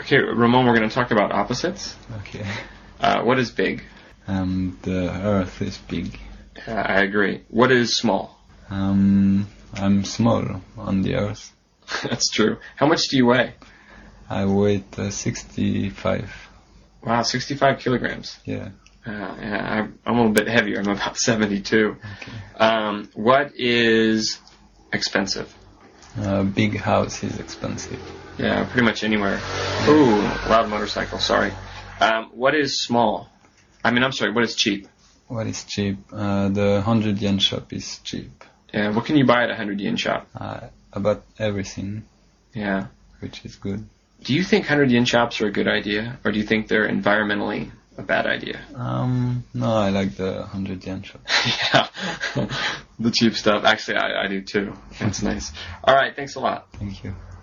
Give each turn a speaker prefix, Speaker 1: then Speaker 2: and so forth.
Speaker 1: Okay, Ramon, we're going to talk about opposites.
Speaker 2: Okay.
Speaker 1: Uh, what is big?
Speaker 2: Um, the Earth is big.
Speaker 1: Uh, I agree. What is small?
Speaker 2: Um, I'm small on the Earth.
Speaker 1: That's true. How much do you weigh?
Speaker 2: I weigh uh, 65.
Speaker 1: Wow, 65 kilograms.
Speaker 2: Yeah.
Speaker 1: Uh, yeah, I'm, I'm a little bit heavier. I'm about 72. Um, what is expensive?
Speaker 2: A Uh, big house is expensive.
Speaker 1: Yeah, pretty much anywhere. Ooh, loud motorcycle. Sorry. Um, what is small? I mean, I'm sorry. What is cheap?
Speaker 2: What is cheap? Uh, the 100 yen shop is cheap.
Speaker 1: Yeah, what can you buy at a hundred yen shop?
Speaker 2: Uh, about everything,
Speaker 1: Yeah.
Speaker 2: which is good.
Speaker 1: Do you think hundred yen shops are a good idea, or do you think they're environmentally a bad idea?
Speaker 2: Um, no, I like the 100 yen shop.
Speaker 1: yeah, the cheap stuff. Actually, I, I do too. That's nice. All right, thanks a lot.
Speaker 2: Thank you.